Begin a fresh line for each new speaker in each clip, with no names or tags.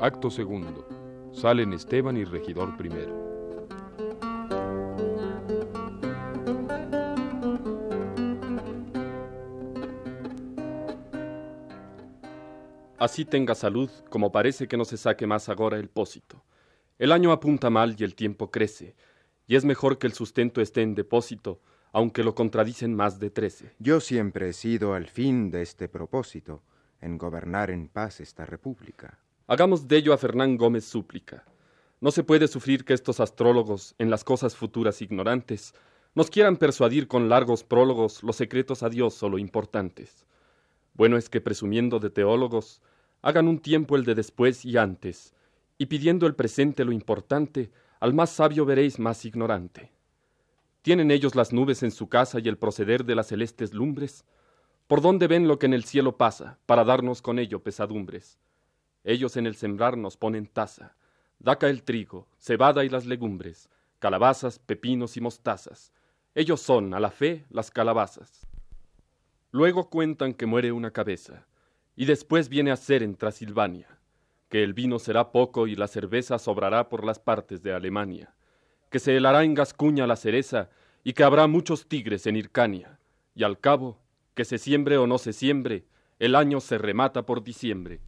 Acto segundo. Salen Esteban y Regidor primero.
Así tenga salud, como parece que no se saque más agora el pósito. El año apunta mal y el tiempo crece, y es mejor que el sustento esté en depósito, aunque lo contradicen más de trece.
Yo siempre he sido al fin de este propósito, en gobernar en paz esta república.
Hagamos de ello a Fernán Gómez súplica. No se puede sufrir que estos astrólogos, en las cosas futuras ignorantes, nos quieran persuadir con largos prólogos los secretos a Dios solo importantes. Bueno es que presumiendo de teólogos, hagan un tiempo el de después y antes, y pidiendo el presente lo importante, al más sabio veréis más ignorante. ¿Tienen ellos las nubes en su casa y el proceder de las celestes lumbres? ¿Por dónde ven lo que en el cielo pasa, para darnos con ello pesadumbres? Ellos en el sembrar nos ponen taza, daca el trigo, cebada y las legumbres, calabazas, pepinos y mostazas. Ellos son, a la fe, las calabazas. Luego cuentan que muere una cabeza, y después viene a ser en Transilvania, que el vino será poco y la cerveza sobrará por las partes de Alemania, que se helará en Gascuña la cereza y que habrá muchos tigres en Hircania, y al cabo, que se siembre o no se siembre, el año se remata por diciembre.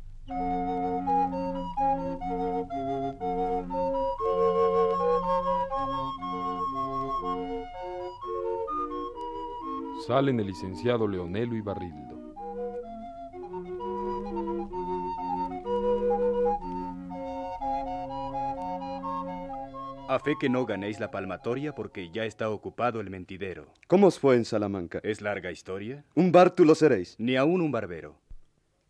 Salen el licenciado Leonelo y Barrildo.
A fe que no ganéis la palmatoria porque ya está ocupado el mentidero.
¿Cómo os fue en Salamanca?
¿Es larga historia?
Un bártulo seréis.
Ni aún un barbero.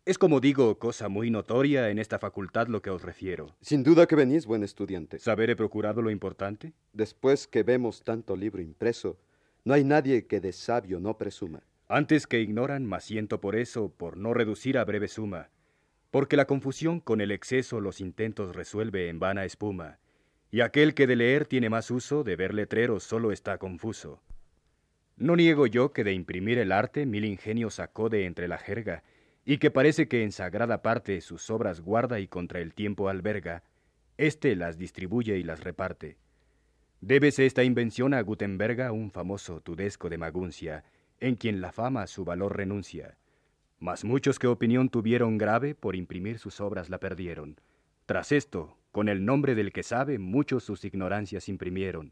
Es como digo, cosa muy notoria en esta facultad lo que os refiero.
Sin duda que venís, buen estudiante.
¿Saber he procurado lo importante?
Después que vemos tanto libro impreso, no hay nadie que de sabio no presuma.
Antes que ignoran, mas siento por eso, por no reducir a breve suma. Porque la confusión con el exceso los intentos resuelve en vana espuma. Y aquel que de leer tiene más uso, de ver letreros solo está confuso. No niego yo que de imprimir el arte mil ingenios sacó de entre la jerga, y que parece que en sagrada parte sus obras guarda y contra el tiempo alberga, éste las distribuye y las reparte. Débese esta invención a Gutenberga, un famoso tudesco de Maguncia, en quien la fama a su valor renuncia. Mas muchos que opinión tuvieron grave por imprimir sus obras la perdieron. Tras esto, con el nombre del que sabe, muchos sus ignorancias imprimieron.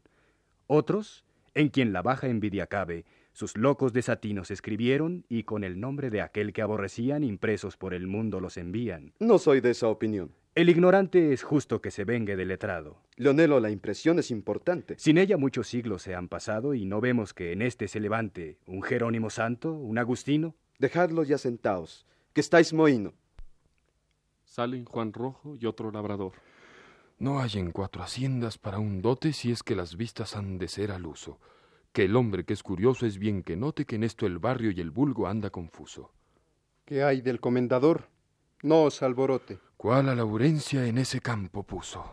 Otros, en quien la baja envidia cabe, sus locos desatinos escribieron y con el nombre de aquel que aborrecían, impresos por el mundo los envían.
No soy de esa opinión.
El ignorante es justo que se vengue del letrado.
Leonelo, la impresión es importante.
Sin ella muchos siglos se han pasado y no vemos que en este se levante un Jerónimo Santo, un Agustino.
Dejadlo ya sentaos, que estáis mohino.
Salen Juan Rojo y otro labrador.
No hay en cuatro haciendas para un dote si es que las vistas han de ser al uso. Que el hombre que es curioso es bien que note que en esto el barrio y el vulgo anda confuso.
¿Qué hay del comendador? No os alborote.
¿Cuál a Laurencia en ese campo puso?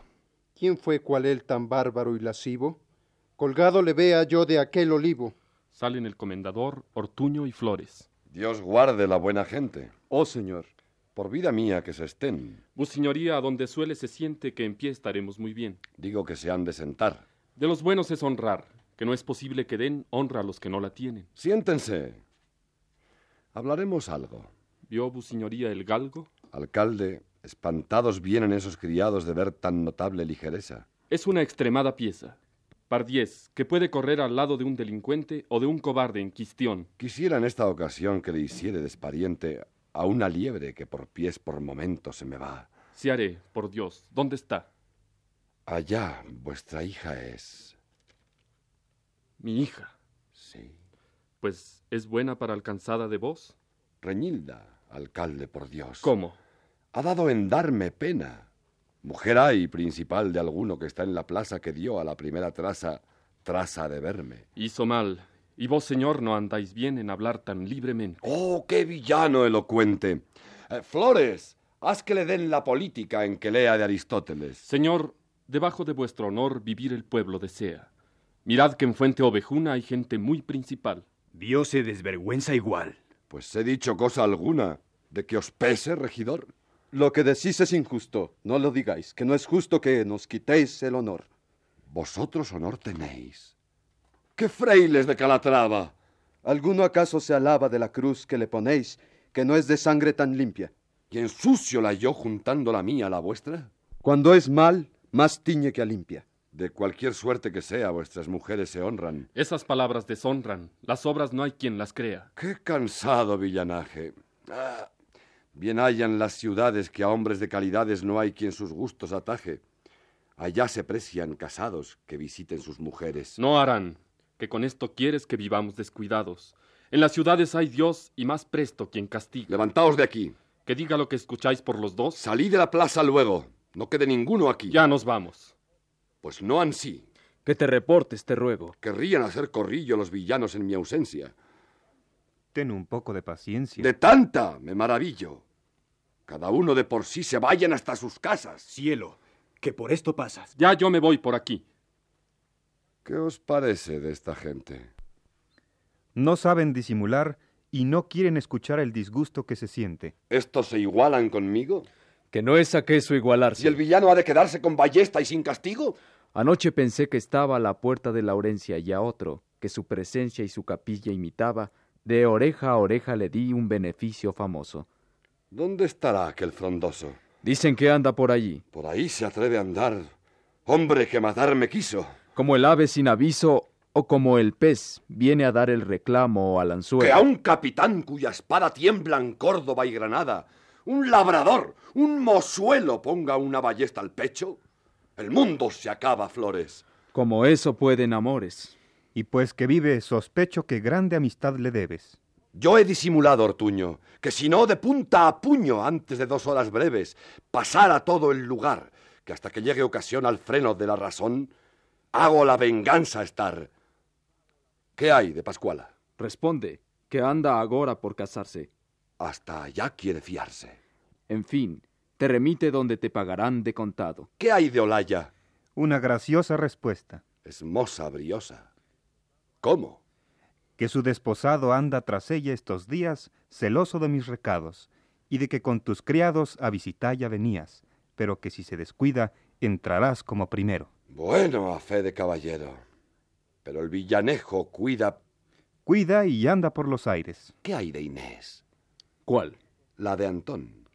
¿Quién fue cual él tan bárbaro y lascivo? Colgado le vea yo de aquel olivo.
Salen el comendador, Ortuño y Flores.
Dios guarde la buena gente.
Oh, señor.
Por vida mía que se estén.
Busiñoría, a donde suele se siente que en pie estaremos muy bien.
Digo que se han de sentar.
De los buenos es honrar, que no es posible que den honra a los que no la tienen.
Siéntense. Hablaremos algo.
¿Vio Busiñoría el galgo?
Alcalde, espantados vienen esos criados de ver tan notable ligereza.
Es una extremada pieza. Pardiez, que puede correr al lado de un delincuente o de un cobarde en quistión.
Quisiera en esta ocasión que le hiciere despariente a una liebre que por pies por momentos se me va.
Si haré, por Dios, ¿dónde está?
Allá, vuestra hija es.
¿Mi hija?
Sí.
Pues, ¿es buena para alcanzada de vos?
Reñilda, alcalde, por Dios.
¿Cómo?
Ha dado en darme pena. Mujer hay principal de alguno que está en la plaza que dio a la primera traza, traza de verme.
Hizo mal, y vos, señor, no andáis bien en hablar tan libremente.
¡Oh, qué villano elocuente! Eh, Flores, haz que le den la política en que lea de Aristóteles.
Señor, debajo de vuestro honor vivir el pueblo desea. Mirad que en Fuente Ovejuna hay gente muy principal.
Dios se desvergüenza igual.
Pues he dicho cosa alguna de que os pese, regidor.
Lo que decís es injusto, no lo digáis, que no es justo que nos quitéis el honor.
Vosotros honor tenéis. ¡Qué frailes de Calatrava!
¿Alguno acaso se alaba de la cruz que le ponéis, que no es de sangre tan limpia?
¿Y ensucio la yo juntando la mía a la vuestra?
Cuando es mal, más tiñe que a limpia.
De cualquier suerte que sea, vuestras mujeres se honran.
Esas palabras deshonran. Las obras no hay quien las crea.
¡Qué cansado villanaje! Ah, bien hayan las ciudades que a hombres de calidades no hay quien sus gustos ataje. Allá se precian casados que visiten sus mujeres.
No harán, que con esto quieres que vivamos descuidados. En las ciudades hay Dios y más presto quien castiga.
Levantaos de aquí.
Que diga lo que escucháis por los dos.
Salid de la plaza luego. Oh, No quede ninguno aquí.
Ya nos vamos.
Pues no ansí.
Que te reportes, te ruego.
Querrían hacer corrillo los villanos en mi ausencia.
Ten un poco de paciencia.
De tanta, me maravillo. Cada uno de por sí se vayan hasta sus casas.
Cielo, que por esto pasas.
Ya yo me voy por aquí.
¿Qué os parece de esta gente?
No saben disimular y no quieren escuchar el disgusto que se siente.
¿Estos se igualan conmigo?
Que no es aqueso igualarse.
¿Y el villano ha de quedarse con ballesta y sin castigo?
Anoche pensé que estaba a la puerta de Laurencia y a otro, que su presencia y su capilla imitaba, de oreja a oreja le di un beneficio famoso.
¿Dónde estará aquel frondoso?
Dicen que anda por allí.
Por ahí se atreve a andar. Hombre que matarme quiso.
Como el ave sin aviso o como el pez viene a dar el reclamo al anzuelo.
Que a un capitán cuya espada tiemblan Córdoba y Granada, un labrador, un mozuelo ponga una ballesta al pecho, el mundo se acaba, Flores.
Como eso pueden amores.
Y pues que vive, sospecho que grande amistad le debes.
Yo he disimulado, Ortuño, que si no de punta a puño antes de dos horas breves, pasara todo el lugar, que hasta que llegue ocasión al freno de la razón, hago la venganza estar. ¿Qué hay de Pascuala?
Responde, que anda agora por casarse.
Hasta allá quiere fiarse.
En fin, te remite donde te pagarán de contado.
¿Qué hay de Olaya?
Una graciosa respuesta.
Es moza briosa. ¿Cómo?
Que su desposado anda tras ella estos días, celoso de mis recados, y de que con tus criados a visitalla venías, pero que si se descuida, entrarás como primero.
Bueno, a fe de caballero. Pero el villanejo cuida...
Cuida y anda por los aires.
¿Qué hay de Inés?
¿Cuál?
La de Antón.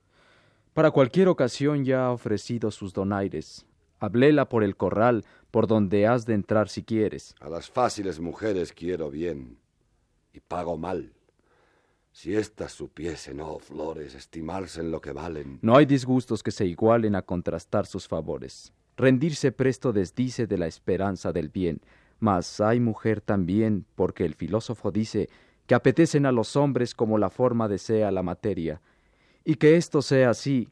Para cualquier ocasión ya ha ofrecido sus donaires. Habléla por el corral, por donde has de entrar si quieres.
A las fáciles mujeres quiero bien y pago mal. Si éstas supiesen, oh flores, estimarse en lo que valen.
No hay disgustos que se igualen a contrastar sus favores. Rendirse presto desdice de la esperanza del bien, mas hay mujer también, porque el filósofo dice que apetecen a los hombres como la forma desea la materia, y que esto sea así,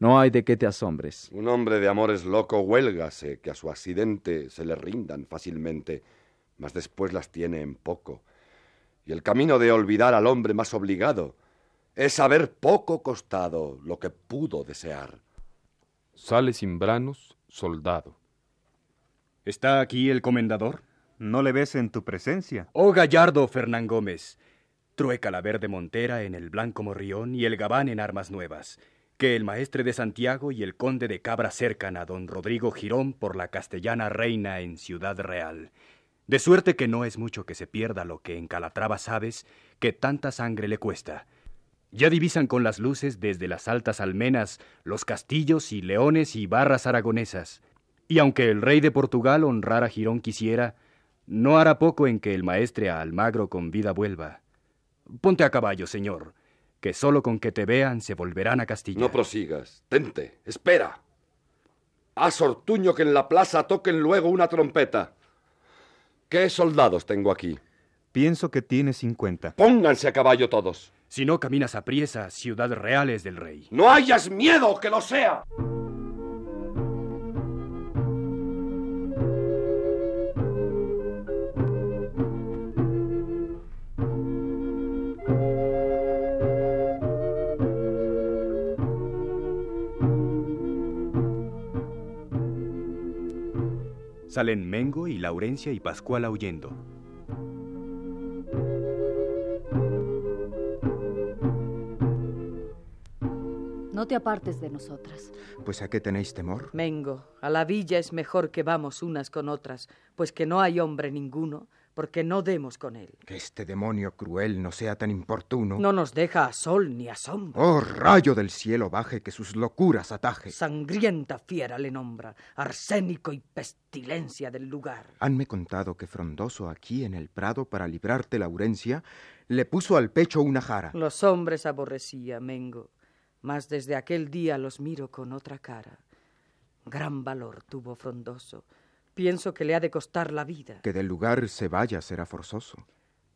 no hay de qué te asombres.
Un hombre de amores loco huélgase que a su accidente se le rindan fácilmente, mas después las tiene en poco. Y el camino de olvidar al hombre más obligado es haber poco costado lo que pudo desear.
Sale Simbranos, soldado.
¿Está aquí el comendador?
No le ves en tu presencia.
Oh gallardo Fernán Gómez, trueca la verde montera en el blanco morrión y el gabán en armas nuevas, que el maestre de Santiago y el conde de Cabra cercan a don Rodrigo Girón por la castellana reina en Ciudad Real. De suerte que no es mucho que se pierda lo que en Calatrava sabes, que tanta sangre le cuesta. Ya divisan con las luces desde las altas almenas los castillos y leones y barras aragonesas. Y aunque el rey de Portugal honrar a Girón quisiera, no hará poco en que el maestre a Almagro con vida vuelva. Ponte a caballo, señor, que solo con que te vean se volverán a Castilla.
No prosigas, tente, espera. Haz ortuño que en la plaza toquen luego una trompeta. ¿Qué soldados tengo aquí?
Pienso que tiene cincuenta.
Pónganse a caballo todos.
Si no caminas a priesa, ciudad real es del rey.
No hayas miedo que lo sea.
Salen Mengo y Laurencia y Pascuala huyendo.
No te apartes de nosotras.
Pues a qué tenéis temor?
Mengo, a la villa es mejor que vamos unas con otras, pues que no hay hombre ninguno, porque no demos con él.
Que este demonio cruel no sea tan importuno.
No nos deja a sol ni a sombra.
Oh, rayo del cielo baje que sus locuras ataje.
Sangrienta fiera le nombra, arsénico y pestilencia del lugar.
Hanme contado que Frondoso aquí en el prado para librarte Laurencia le puso al pecho una jara.
Los hombres aborrecía, Mengo, mas desde aquel día los miro con otra cara. Gran valor tuvo Frondoso. Pienso que le ha de costar la vida.
Que del lugar se vaya será forzoso.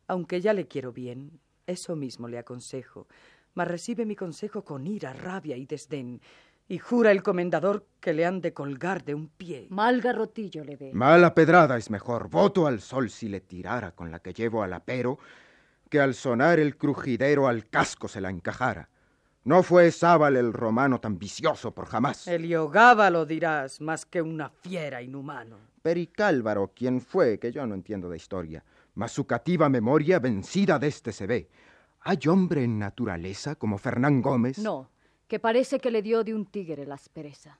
Aunque ya le quiero bien, eso mismo le aconsejo. Mas recibe mi consejo con ira, rabia y desdén. Y jura el comendador que le han de colgar de un pie.
Mal garrotillo le dé.
Mala pedrada es mejor. Voto al sol si le tirara con la que llevo al apero, que al sonar el crujidero al casco se la encajara. No fue Sábal el romano tan vicioso por jamás.
Heliogábalo dirás, más que una fiera inhumano.
Pericálvaro, quien fue, que yo no entiendo de historia, mas su cativa memoria vencida de este se ve. ¿Hay hombre en naturaleza como Fernán Gómez?
No, que parece que le dio de un tigre la aspereza.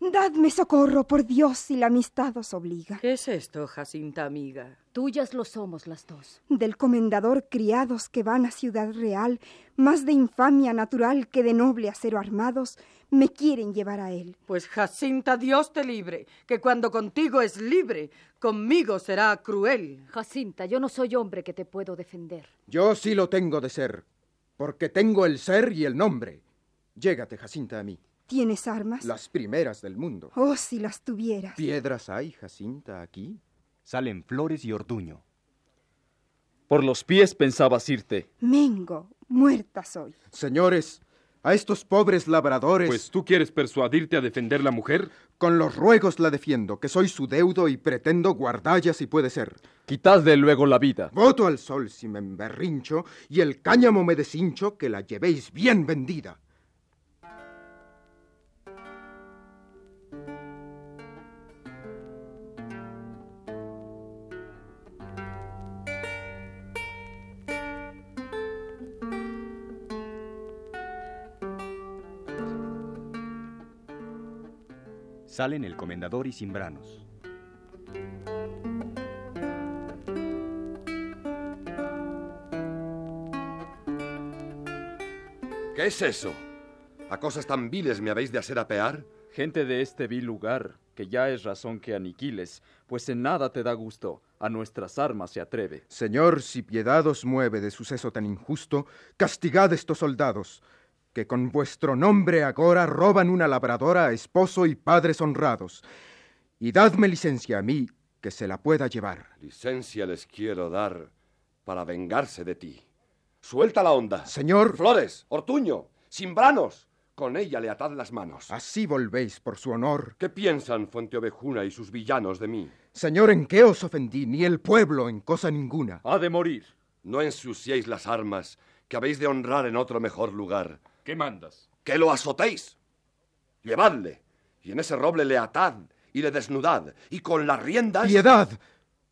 Dadme socorro, por Dios, si la amistad os obliga.
¿Qué es esto, Jacinta amiga?
Tuyas lo somos las dos.
Del comendador criados que van a Ciudad Real, más de infamia natural que de noble acero armados, me quieren llevar a él.
Pues Jacinta, Dios te libre, que cuando contigo es libre, conmigo será cruel.
Jacinta, yo no soy hombre que te puedo defender.
Yo sí lo tengo de ser, porque tengo el ser y el nombre. Llégate, Jacinta, a mí.
¿Tienes armas?
Las primeras del mundo.
Oh, si las tuvieras.
Piedras hay, Jacinta, aquí.
Salen flores y orduño.
Por los pies pensabas irte.
Mengo, muerta soy.
Señores, a estos pobres labradores.
Pues tú quieres persuadirte a defender la mujer.
Con los ruegos la defiendo, que soy su deudo y pretendo guardalla si puede ser.
Quitadle luego la vida.
Voto al sol si me emberrincho y el cáñamo me deshincho que la llevéis bien vendida.
Salen el comendador y Simbranos.
¿Qué es eso? ¿A cosas tan viles me habéis de hacer apear?
Gente de este vil lugar, que ya es razón que aniquiles, pues en nada te da gusto, a nuestras armas se atreve.
Señor, si piedad os mueve de suceso tan injusto, castigad estos soldados, que con vuestro nombre agora roban una labradora a esposo y padres honrados. Y dadme licencia a mí que se la pueda llevar.
Licencia les quiero dar para vengarse de ti. Suelta la onda.
Señor.
Flores, Ortuño, Simbranos. Con ella le atad las manos.
Así volvéis por su honor.
¿Qué piensan Fuenteovejuna y sus villanos de mí?
Señor, ¿en qué os ofendí? Ni el pueblo en cosa ninguna.
Ha de morir.
No ensuciéis las armas que habéis de honrar en otro mejor lugar.
¿Qué mandas?
Que lo azotéis. Llevadle, y en ese roble le atad y le desnudad, y con las riendas.
¡Piedad!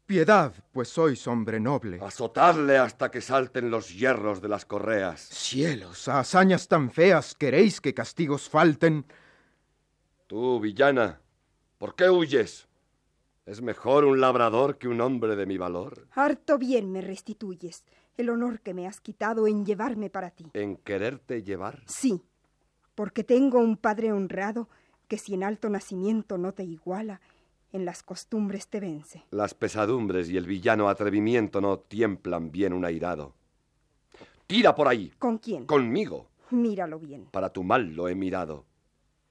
¡Piedad! Pues sois hombre noble.
Azotadle hasta que salten los hierros de las correas.
¡Cielos! A hazañas tan feas queréis que castigos falten.
Tú, villana, ¿por qué huyes? ¿Es mejor un labrador que un hombre de mi valor?
Harto bien me restituyes el honor que me has quitado en llevarme para ti.
¿En quererte llevar?
Sí, porque tengo un padre honrado que si en alto nacimiento no te iguala, en las costumbres te vence.
Las pesadumbres y el villano atrevimiento no tiemplan bien un airado. Tira por ahí.
¿Con quién?
Conmigo.
Míralo bien.
Para tu mal lo he mirado.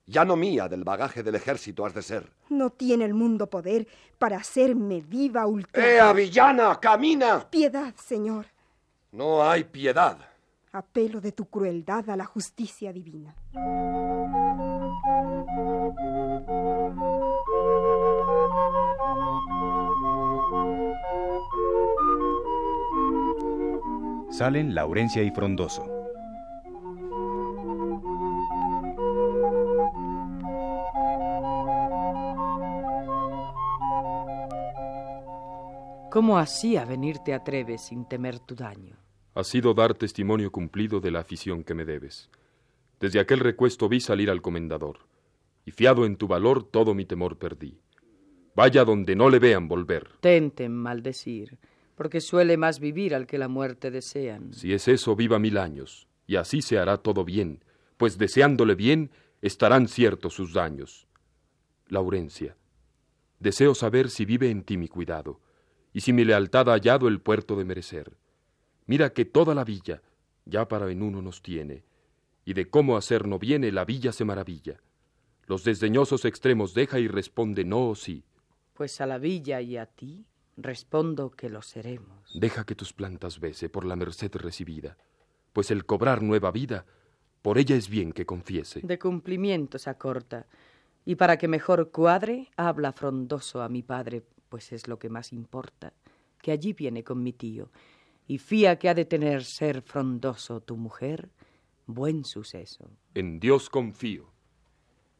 Ya no mía del bagaje del ejército has de ser.
No tiene el mundo poder para hacerme viva ultra.
¡Ea, villana! ¡Camina!
Piedad, señor.
No hay piedad.
Apelo de tu crueldad a la justicia divina.
Salen Laurencia y Frondoso.
¿Cómo así a venirte atreves sin temer tu daño?
ha sido dar testimonio cumplido de la afición que me debes. Desde aquel recuesto vi salir al comendador, y fiado en tu valor todo mi temor perdí. Vaya donde no le vean volver.
Tenten maldecir, porque suele más vivir al que la muerte desean.
Si es eso, viva mil años, y así se hará todo bien, pues deseándole bien estarán ciertos sus daños. Laurencia, deseo saber si vive en ti mi cuidado, y si mi lealtad ha hallado el puerto de merecer. Mira que toda la villa ya para en uno nos tiene, y de cómo hacer no viene la villa se maravilla. Los desdeñosos extremos deja y responde no o sí.
Pues a la villa y a ti respondo que lo seremos.
Deja que tus plantas bese por la merced recibida, pues el cobrar nueva vida, por ella es bien que confiese.
De cumplimientos acorta, y para que mejor cuadre, habla frondoso a mi padre, pues es lo que más importa, que allí viene con mi tío, y fía que ha de tener ser frondoso tu mujer, buen suceso.
En Dios confío.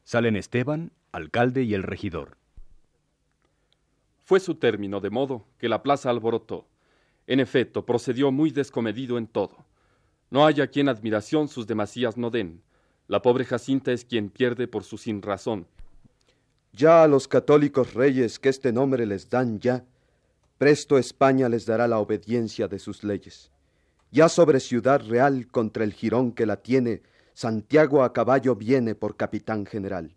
Salen Esteban, alcalde y el regidor.
Fue su término, de modo que la plaza alborotó. En efecto, procedió muy descomedido en todo. No haya quien admiración sus demasías no den. La pobre Jacinta es quien pierde por su sin razón.
Ya a los católicos reyes que este nombre les dan ya, presto España les dará la obediencia de sus leyes. Ya sobre Ciudad Real contra el jirón que la tiene, Santiago a caballo viene por capitán general.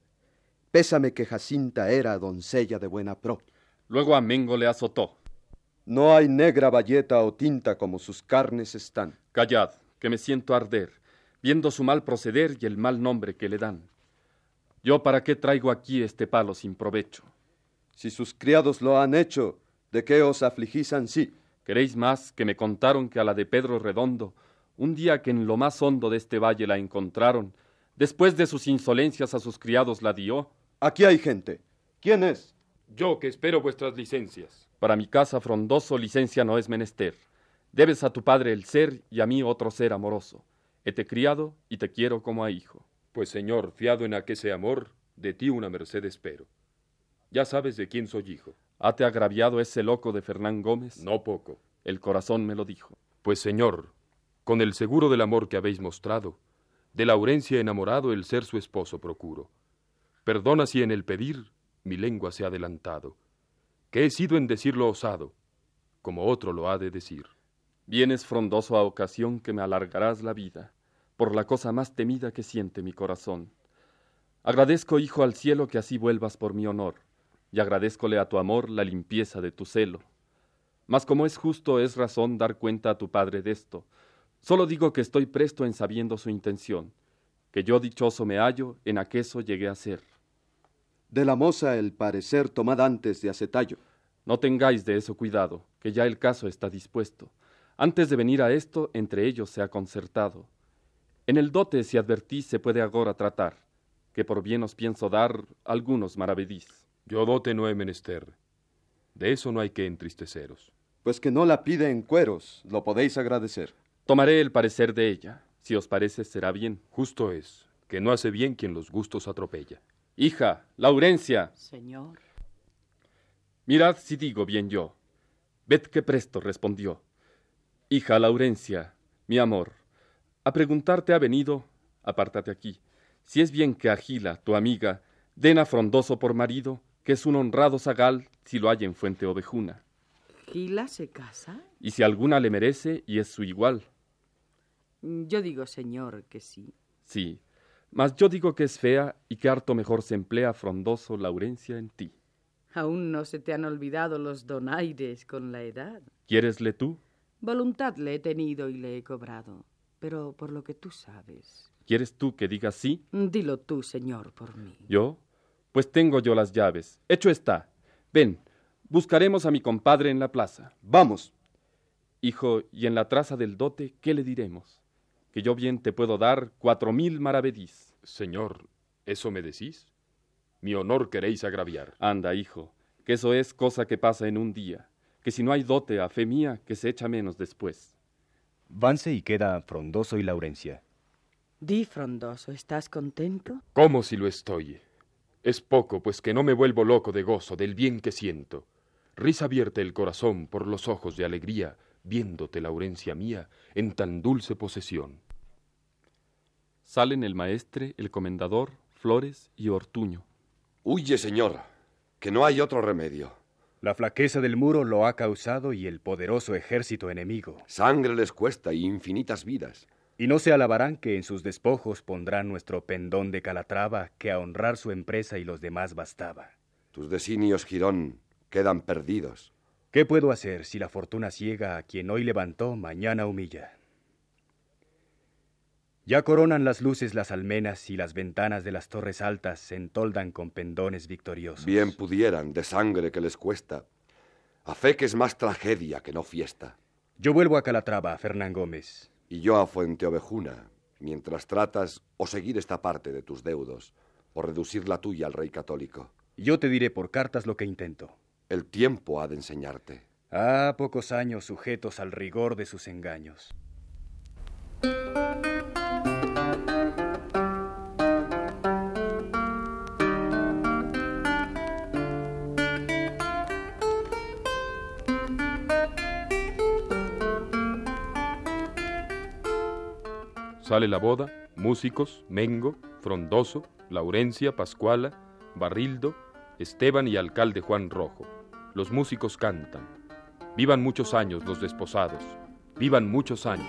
Pésame que Jacinta era doncella de buena pro.
Luego a Mengo le azotó.
No hay negra bayeta o tinta como sus carnes están.
Callad, que me siento arder, viendo su mal proceder y el mal nombre que le dan. Yo para qué traigo aquí este palo sin provecho.
Si sus criados lo han hecho, ¿de qué os afligís sí?
¿Queréis más que me contaron que a la de Pedro Redondo, un día que en lo más hondo de este valle la encontraron, después de sus insolencias a sus criados la dio?
Aquí hay gente. ¿Quién es?
Yo que espero vuestras licencias.
Para mi casa frondoso licencia no es menester. Debes a tu padre el ser y a mí otro ser amoroso. Hete criado y te quiero como a hijo.
Pues señor, fiado en aquese amor, de ti una merced espero. Ya sabes de quién soy hijo.
¿Hate agraviado ese loco de Fernán Gómez?
No poco.
El corazón me lo dijo.
Pues señor, con el seguro del amor que habéis mostrado, de Laurencia enamorado el ser su esposo procuro. Perdona si en el pedir mi lengua se ha adelantado, que he sido en decirlo osado, como otro lo ha de decir.
Vienes frondoso a ocasión que me alargarás la vida, por la cosa más temida que siente mi corazón. Agradezco, hijo, al cielo que así vuelvas por mi honor y agradezcole a tu amor la limpieza de tu celo. Mas como es justo, es razón dar cuenta a tu padre de esto. Solo digo que estoy presto en sabiendo su intención, que yo dichoso me hallo en aqueso llegué a ser.
De la moza el parecer tomad antes de acetallo.
No tengáis de eso cuidado, que ya el caso está dispuesto. Antes de venir a esto, entre ellos se ha concertado. En el dote, si advertís, se puede agora tratar, que por bien os pienso dar algunos maravedís.
Yo dote no he menester. De eso no hay que entristeceros.
Pues que no la pide en cueros, lo podéis agradecer.
Tomaré el parecer de ella. Si os parece, será bien.
Justo es, que no hace bien quien los gustos atropella.
Hija, Laurencia.
Señor.
Mirad si digo bien yo. Ved que presto respondió. Hija, Laurencia, mi amor, a preguntarte ha venido, apártate aquí, si es bien que Agila, tu amiga, den a Frondoso por marido, que es un honrado zagal si lo halla en Fuente Ovejuna.
¿Gila se casa?
Y si alguna le merece y es su igual.
Yo digo, señor, que sí.
Sí, mas yo digo que es fea y que harto mejor se emplea Frondoso Laurencia en ti.
Aún no se te han olvidado los donaires con la edad.
¿Quieresle tú?
Voluntad le he tenido y le he cobrado, pero por lo que tú sabes.
¿Quieres tú que diga sí?
Dilo tú, señor, por mí.
¿Yo? Pues tengo yo las llaves. Hecho está. Ven, buscaremos a mi compadre en la plaza.
Vamos.
Hijo, y en la traza del dote, ¿qué le diremos? Que yo bien te puedo dar cuatro mil maravedís.
Señor, ¿eso me decís? Mi honor queréis agraviar.
Anda, hijo, que eso es cosa que pasa en un día, que si no hay dote a fe mía, que se echa menos después.
Vance y queda Frondoso y Laurencia.
Di, Frondoso, ¿estás contento?
¿Cómo si lo estoy? Es poco, pues que no me vuelvo loco de gozo del bien que siento. Risa vierte el corazón por los ojos de alegría, viéndote, Laurencia mía, en tan dulce posesión.
Salen el maestre, el comendador, Flores y Ortuño.
Huye, señor, que no hay otro remedio.
La flaqueza del muro lo ha causado y el poderoso ejército enemigo.
Sangre les cuesta y infinitas vidas.
Y no se alabarán que en sus despojos pondrán nuestro pendón de Calatrava que a honrar su empresa y los demás bastaba.
Tus designios, Girón, quedan perdidos.
¿Qué puedo hacer si la fortuna ciega a quien hoy levantó, mañana humilla? Ya coronan las luces las almenas y las ventanas de las torres altas se entoldan con pendones victoriosos.
Bien pudieran, de sangre que les cuesta. A fe que es más tragedia que no fiesta.
Yo vuelvo a Calatrava, Fernán Gómez.
Y yo a Fuente Ovejuna, mientras tratas o seguir esta parte de tus deudos, o reducir la tuya al rey católico.
Yo te diré por cartas lo que intento.
El tiempo ha de enseñarte.
Ah, pocos años sujetos al rigor de sus engaños.
Sale la boda, músicos, Mengo, Frondoso, Laurencia, Pascuala, Barrildo, Esteban y alcalde Juan Rojo. Los músicos cantan. Vivan muchos años los desposados. Vivan muchos años.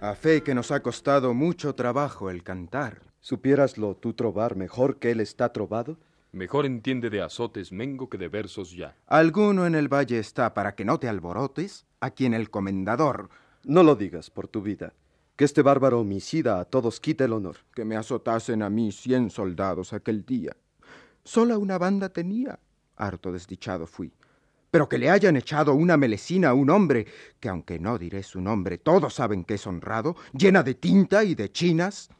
A fe que nos ha costado mucho trabajo el cantar.
¿Supiéraslo tú trobar mejor que él está trovado?
Mejor entiende de azotes Mengo que de versos ya.
Alguno en el valle está para que no te alborotes, a quien el comendador.
No lo digas por tu vida, que este bárbaro homicida a todos quite el honor.
Que me azotasen a mí cien soldados aquel día. Sola una banda tenía, harto desdichado fui. Pero que le hayan echado una melecina a un hombre, que aunque no diré su nombre, todos saben que es honrado, llena de tinta y de chinas.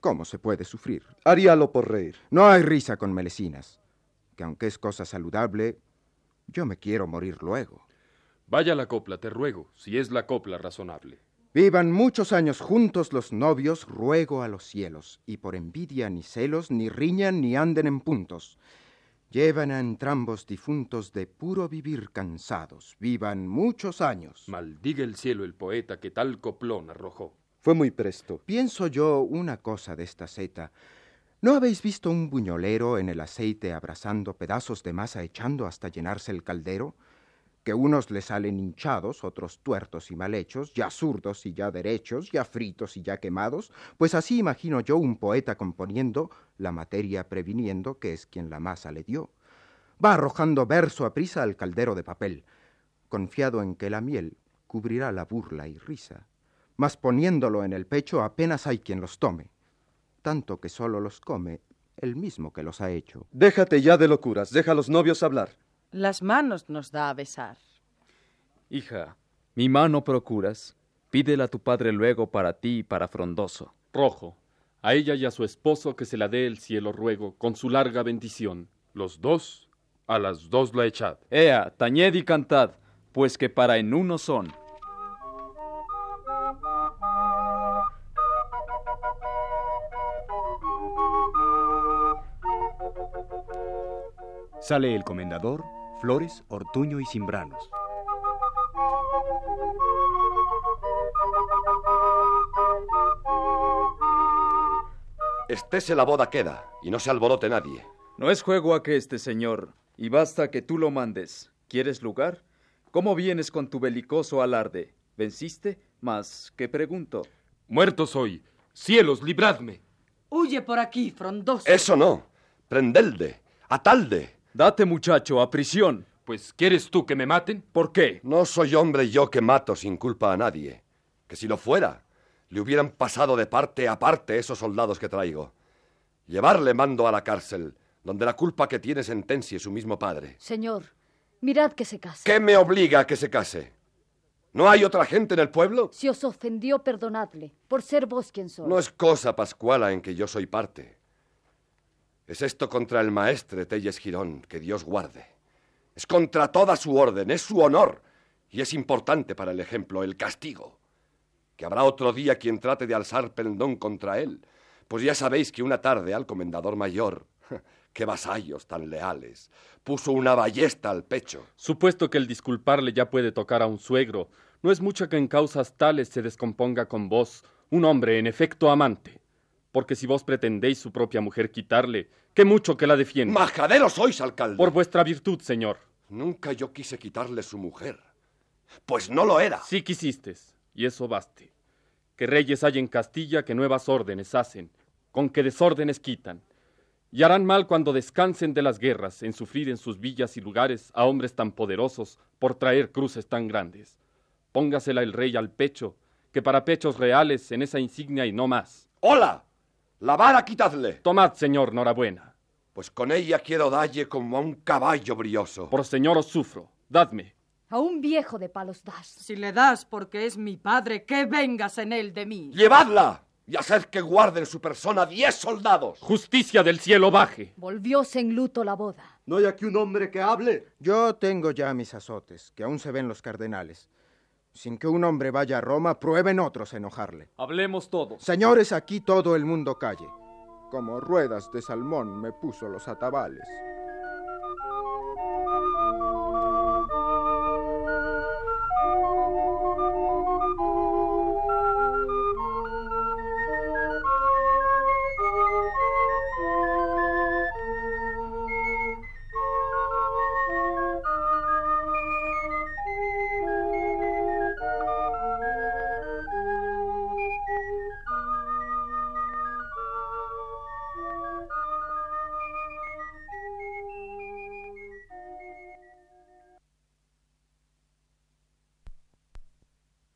¿Cómo se puede sufrir?
Haríalo por reír.
No hay risa con melecinas, que aunque es cosa saludable, yo me quiero morir luego.
Vaya la copla, te ruego, si es la copla razonable.
Vivan muchos años juntos los novios, ruego a los cielos, y por envidia ni celos, ni riñan, ni anden en puntos. Llevan a entrambos difuntos de puro vivir cansados. Vivan muchos años.
Maldiga el cielo el poeta que tal coplón arrojó.
Fue muy presto.
Pienso yo una cosa de esta seta. ¿No habéis visto un buñolero en el aceite abrazando pedazos de masa echando hasta llenarse el caldero? Que unos le salen hinchados, otros tuertos y mal hechos, ya zurdos y ya derechos, ya fritos y ya quemados, pues así imagino yo un poeta componiendo, la materia previniendo, que es quien la masa le dio. Va arrojando verso a prisa al caldero de papel, confiado en que la miel cubrirá la burla y risa mas poniéndolo en el pecho apenas hay quien los tome, tanto que solo los come el mismo que los ha hecho.
Déjate ya de locuras, deja a los novios hablar.
Las manos nos da a besar.
Hija, mi mano procuras, pídela a tu padre luego para ti y para Frondoso.
Rojo, a ella y a su esposo que se la dé el cielo ruego, con su larga bendición.
Los dos, a las dos la echad.
Ea, tañed y cantad, pues que para en uno son.
Sale el comendador, Flores, Ortuño y Simbranos.
Estése la boda queda y no se alborote nadie.
No es juego a que este señor, y basta que tú lo mandes. ¿Quieres lugar? ¿Cómo vienes con tu belicoso alarde? ¿Venciste? Mas, ¿qué pregunto?
Muerto soy. Cielos, libradme.
Huye por aquí, frondoso.
Eso no. Prendelde. Atalde.
Date, muchacho, a prisión.
Pues, ¿quieres tú que me maten?
¿Por qué?
No soy hombre yo que mato sin culpa a nadie. Que si lo fuera, le hubieran pasado de parte a parte esos soldados que traigo. Llevarle mando a la cárcel, donde la culpa que tiene sentencia es su mismo padre.
Señor, mirad que se case.
¿Qué me obliga a que se case? ¿No hay otra gente en el pueblo?
Si os ofendió, perdonadle, por ser vos quien sois.
No es cosa, Pascuala, en que yo soy parte. Es esto contra el maestre Telles Girón, que Dios guarde. Es contra toda su orden, es su honor. Y es importante para el ejemplo el castigo. Que habrá otro día quien trate de alzar pendón contra él. Pues ya sabéis que una tarde al comendador mayor, ¡Qué vasallos tan leales! Puso una ballesta al pecho.
Supuesto que el disculparle ya puede tocar a un suegro, no es mucho que en causas tales se descomponga con vos, un hombre en efecto amante. Porque si vos pretendéis su propia mujer quitarle, qué mucho que la defiende.
¡Majadero sois, alcalde!
Por vuestra virtud, señor.
Nunca yo quise quitarle su mujer. Pues no lo era.
Sí quisiste, y eso baste. Que reyes hay en Castilla que nuevas órdenes hacen, con que desórdenes quitan. Y harán mal cuando descansen de las guerras en sufrir en sus villas y lugares a hombres tan poderosos por traer cruces tan grandes. Póngasela el rey al pecho, que para pechos reales en esa insignia y no más.
¡Hola! ¡La vara quitadle!
Tomad, señor, norabuena.
Pues con ella quiero dalle como a un caballo brioso.
Por señor os sufro. Dadme.
A un viejo de palos das.
Si le das porque es mi padre, que vengas en él de mí.
¡Llevadla! Y hacer que guarden su persona diez soldados.
¡Justicia del cielo baje!
Volvióse en luto la boda.
¿No hay aquí un hombre que hable?
Yo tengo ya mis azotes, que aún se ven los cardenales. Sin que un hombre vaya a Roma, prueben otros a enojarle.
Hablemos todos.
Señores, aquí todo el mundo calle. Como ruedas de salmón me puso los atabales.